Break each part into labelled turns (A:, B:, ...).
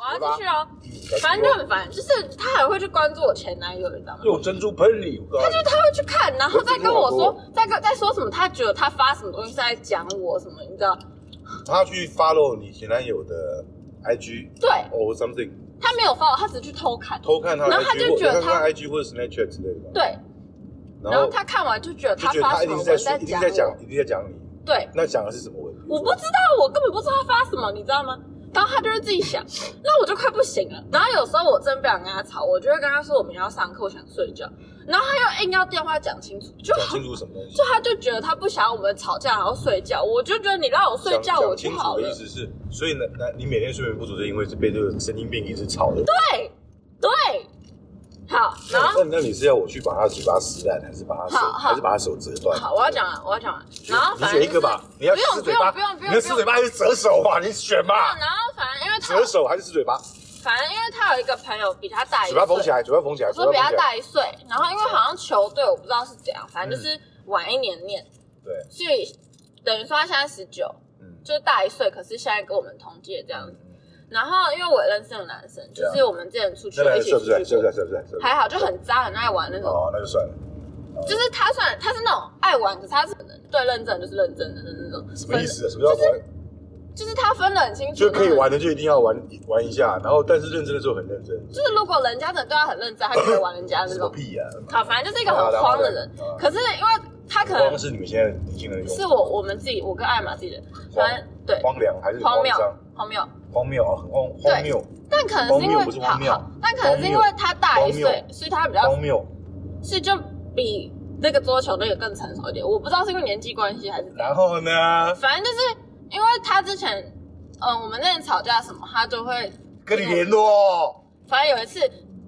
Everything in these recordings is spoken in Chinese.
A: 他继续啊，反正就很烦。就是他还会去关注我前男友，你知道吗？
B: 用珍珠喷你，我告诉
A: 他就
B: 你，
A: 他会去看，然后再跟我说，再跟再说什么，他觉得他发什么东西是在讲我什么，你知道？
C: 他去 follow 你前男友的 IG
A: 对
C: or something，
A: 他没有发我，他只是去偷看。
C: 偷看他的
A: 然后他
C: IG
A: 就
C: 或
A: 觉得
C: 看
A: 他
C: 他 IG 或者 Snapchat 之类的吧。
A: 对，然
C: 然
A: 后
C: 后
A: 他看完就觉得
C: 就觉得
A: 发
C: 他
A: 什
C: 一定
A: 么
C: 是
A: 我
C: 在说，一定在
A: 讲
C: 讲，一定在讲你。
A: 我，对，
C: 那讲的是什么问题？
A: 我不知道，我根本不知道他发什么，你知道吗？然后他就是自己想，那我就快不行了。然后有时候我真不想跟他吵，我就会跟他说我明天要上课，我想睡觉。然后他又硬要电话讲清楚，就
C: 讲
A: 很
C: 清楚什么 东西
A: 就。他就觉得他不想要我们吵架，然后睡觉。我就觉得你让我睡
C: 讲
A: 觉，我
C: 讲
A: 就
C: 清
A: 好
C: 楚
A: 了
C: 的意。思是，所以呢，那你每天睡眠不足是因为是被这个神经病一直吵的。
A: 对啊对，好，然后
C: 那那你是要我去把他嘴巴撕烂，还是把他手，
A: 好好
C: 还是把他手折断？
A: 好，我要讲了，我要讲了。然后
C: 你
A: 反正、
C: 选
A: 就
C: 一
A: 是、
C: 个吧，你要撕
A: 不
C: 嘴
A: 用
C: 巴，
A: 不用不用不用
C: 你要撕嘴巴还是折手啊？你选吧，
A: 然后反正因为他
C: 折手还是撕嘴巴？
A: 反正因为他有一个朋友比他大一
C: 嘴
A: 岁，
C: 巴缝起来，嘴巴缝起来，
A: 我
C: 嘴
A: 说
C: 巴
A: 比
C: 缝
A: 他
C: 起来。
A: 大一岁，然后因为好像球队我不知道是怎样，反正
C: 嗯
A: 就是晚一年念，
C: 对，
A: 所以等于说他现在十九，
C: 嗯，
A: 就是大一岁，可是现在跟我们同届这样子。
C: 嗯嗯
A: 然后因为我也认识有男生，
C: 对
A: 就
C: 啊
A: 是我们之前出去
C: 那
A: 一
C: 个
A: 起
C: 帅
A: 出
C: 不帅？
A: 去
C: 帅不
A: 过
C: 帅？，帅不帅？帅不帅
A: 还好，就很渣，很爱玩那种。
C: 哦，那就算了。
A: 就是他算他是那种爱玩，可是他是可能对认真就是认真的那种。
C: 什么意思啊？什么叫玩？
A: 就是他分得很清楚，
C: 就可以玩的就一定要玩玩一下，然后但是认真的时候很认真。
A: 就是如果人家真的对他很认真，他就会玩人家那
C: 什么
A: 种。
C: 屁呀？
A: 好，反正就是一个很慌的人。
C: 啊。
A: 可是因为他可能
C: 光是你们现在年轻人用
A: 是我我们自己，我跟艾玛自己的，反正对
C: 荒凉还是
A: 荒谬
C: 张
A: 荒谬，
C: 荒谬啊，很荒荒谬
A: 但可能是因为
C: 荒谬不是
A: 好
C: 荒谬
A: 好，但可能是因为他大一
C: 荒
A: 岁，
C: 谬
A: 所以他比较
C: 荒谬。
A: 是就比那个桌球那个更成熟一点。我不知道是因为年纪关系还是怎样，
C: 然后呢？
A: 反正就是因为他之前，嗯，我们那天吵架什么，他就会
C: 跟你联络，
A: 反正有一次，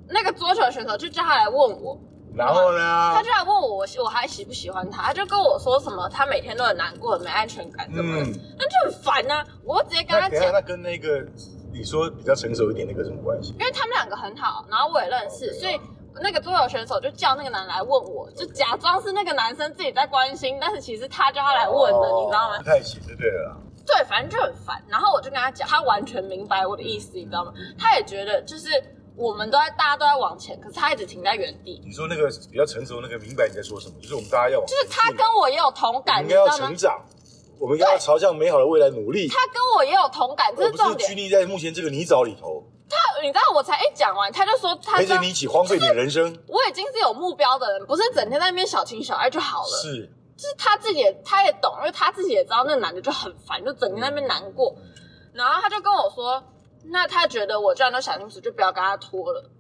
A: 那个桌球选手就叫他来问我，
C: 然后呢
A: 他？就来问我我我还喜不喜欢他，他就跟我说什么他每天都很难过，很没安全感什么的，
C: 嗯，
A: 那就很烦呐、我直接跟
C: 那
A: 他
C: 等一下
A: 讲，
C: 那跟那个你说比较成熟一点那个有什么关系？
A: 因为他们两个很好，然后我也认识，
C: OK
A: 所以。那个桌游选手就叫那个男来问我，就假装是那个男生自己在关心，但是其实他叫他来问的，你知道吗
C: 哦不？太行就对了啦。
A: 对，反正就很烦。然后我就跟他讲，他完全明白我的意思，你知道吗？他也觉得就是我们都在大家都在往前，可是他一直停在原地，
C: 你说那个比较成熟那个明白你在说什么，就是我们大家要往
A: 就是
C: 前
A: 他
C: 进
A: 跟我也有同
C: 我
A: 感，
C: 们
A: 你
C: 应
A: 知
C: 该要
A: 道吗
C: 成？长，我们应该要朝向美好的未来努力，
A: 他跟我也有同感，这
C: 而
A: 是
C: 不
A: 重
C: 是
A: 点啊
C: 拘。泥在目前这个泥沼里头，
A: 你知道我才一讲完，他就说他
C: 陪
A: 说
C: 着你一起荒废你的人生。
A: 我已经是有目标的人，不是整天在那边小情小爱就好了。
C: 是，
A: 就是他自己也他也懂，因为他自己也知道那男的就很烦，就整天在那边难过。
C: 嗯
A: 然后他就跟我说，那他觉得我既然都想清楚，就不要跟他拖了。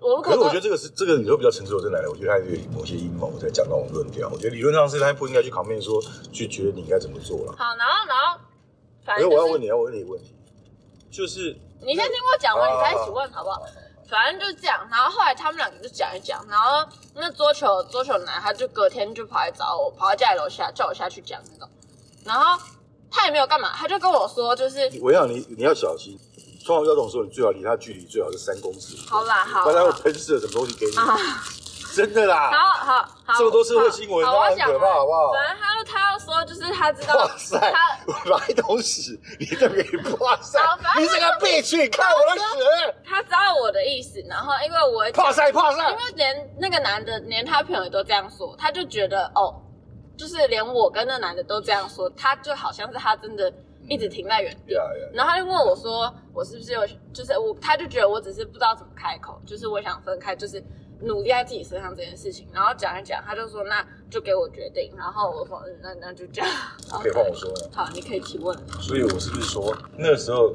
A: 我如
C: 嗯可是
A: 果
C: 我觉得这个是这个你说比较成熟的男人，我觉得他有某些阴谋在讲那种论调。我觉得理论上是他不应该去扛面说去觉得你应该怎么做了。
A: 好，然后然后反
C: 可是
A: 正
C: 我
A: 哎就
C: 要
A: 是
C: 问你，要问你一个问题，就是
A: 你先听我讲完，
C: 好
A: 你再一起问好不好？反正就是这样，然后后来他们两个就讲一讲，然后那桌球桌球男他就隔天就跑来找我，跑到家里楼下叫我下去讲那种，然后他也没有干嘛，他就跟我说就是
C: 我要你你要小心，通常要这种时候，你最好离他距离最好是三公尺，
A: 好啦好
C: 不然他会
A: 啦
C: 喷射什么东西给你。
A: 啊，
C: 真的
A: 好
C: 啦，
A: 好好，
C: 这么多社会新闻，
A: 好，
C: 他
A: 好我
C: 妈
A: 要
C: 很
A: 讲
C: 可怕，
A: 完。
C: 好不好？
A: 反正他他要说就是他知道
C: 哇塞
A: 他，
C: 我拿一桶屎，你都给哇塞
A: 好反，正
C: 你这个bitch，你看我的屎，
A: 他知道我的意思，然后因为我
C: 怕晒怕晒
A: 因。为连那个男的，连他朋友都这样说，他就觉得哦，就是连我跟那男的都这样说，他就好像是他真的一直停在原地。
C: 呀呀，
A: 然后他就问我说，我是不是有，就是我，他就觉得我只是不知道怎么开口，就是我想分开，就是努力在自己身上这件事情。然后讲一讲，他就说那就给我决定。然后我说嗯，那那就这样。
C: 可以换我说了。
A: 好，你可以提问。
C: 所以我是不是说那时候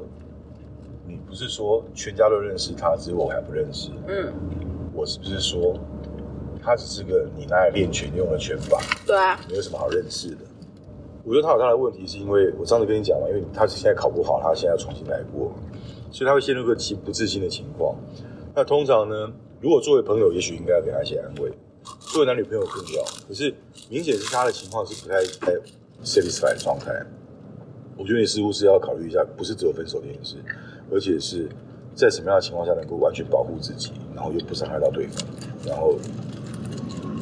C: 你不是说全家都认识他，只有我还不认识？
A: 嗯，
C: 我是不是说他只是个你拿来练拳用的拳法，
A: 对啊，
C: 没有什么好认识的？我觉得他有他的问题，是因为我上次跟你讲嘛，因为他现在考不好，他现在要重新来过，所以他会陷入个其不自信的情况。那通常呢，如果作为朋友，也许应该要给他一些安慰；作为男女朋友更要。可是明显是他的情况是不太太 satisfied 的状态。我觉得你似乎是要考虑一下，不是只有分手这件事，而且是在什么样的情况下能够完全保护自己，然后又不伤害到对方，然后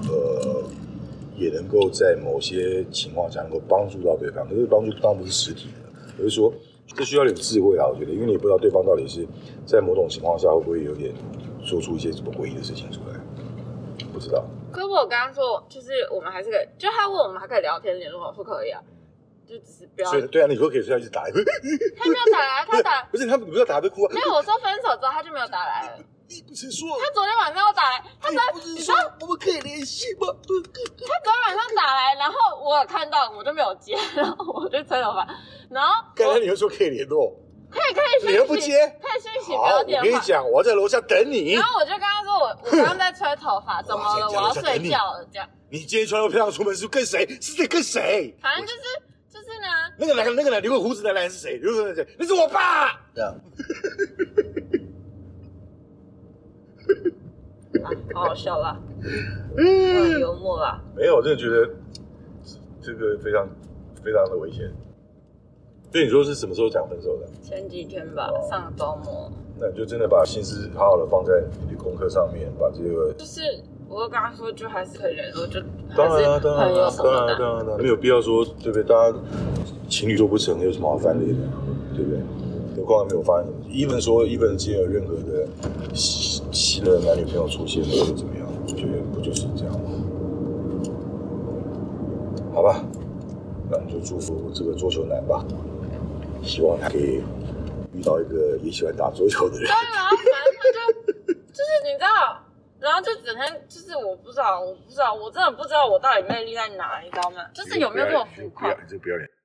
C: 呃也能够在某些情况下能够帮助到对方。可是帮助当然不是实体的，而是说这需要点智慧啊，我觉得，因为你不知道对方到底是在某种情况下会不会有点说出一些什么诡异的事情出来，不知道。
A: 可我刚刚说，就是我们还是可以，就他问我们还可以聊天联络，我说可以啊，就只是不要。
C: 所以对啊，你说可以，所以他一直打，
A: 他没有打来，他打
C: 不是他不是打的哭啊
A: 没，有。我说分手之后他就没有打来了。
C: 你不是说
A: 他昨天晚上又打来，他昨
C: 你
A: 天
C: 不是
A: 你知
C: 说
A: 道
C: 我们可以联系吗？
A: 他昨天晚上打来，然后我有看到我就没有接， 然后我就吹头发，然后我
C: 刚才你又说可以联络，
A: 可以可以
C: 你又不
A: 讯息，
C: 接。
A: 可以讯息
C: 好，
A: 不要
C: 我
A: 电
C: 跟你
A: 话。
C: 讲，我要在楼下等你
A: 然。后我就跟他说我我刚刚在吹头 发，怎么了？我要睡觉了，这样。
C: 你今天穿那么漂亮出门是跟谁？是谁跟谁？
A: 反正就是就是呢，
C: 那个男那个男留个胡子的男人是谁？留个胡子的男人那是我爸。这样
A: 啊，好好笑啦，
C: 嗯
A: 很幽默啦。
C: 没有，我真的觉得这这个非常非常的危险。所以你说是什么时候讲分手的？
A: 前几天吧，
C: 哦
A: 上周末，
C: 那你就真的把心思好好的放在你的功课上面，把这个
A: 就是我跟他说，就还是可以联络，就还
C: 当
A: 是
C: 然啊，当然
A: 朋友
C: 啊，
A: 什
C: 当然
A: 么
C: 啊，
A: 的。
C: 当然啊当然，没有必要说对不对？大家情侣做不成有什么好翻脸的，对不对？何况还没有发生什么事，even 说 even 今天有任何的新新的男女朋友出现或者怎么样，我觉得不就是这样吗？好吧，那我们就祝福这个桌球男吧，希望他可以遇到一个也喜欢打桌球的人
A: 对，。然后反正他就就是你知道，然后就整天就是我不知道，我不知道，我真的不知道我到底魅力在哪，你知道吗？就是有没有这种浮夸？
C: 这不要脸？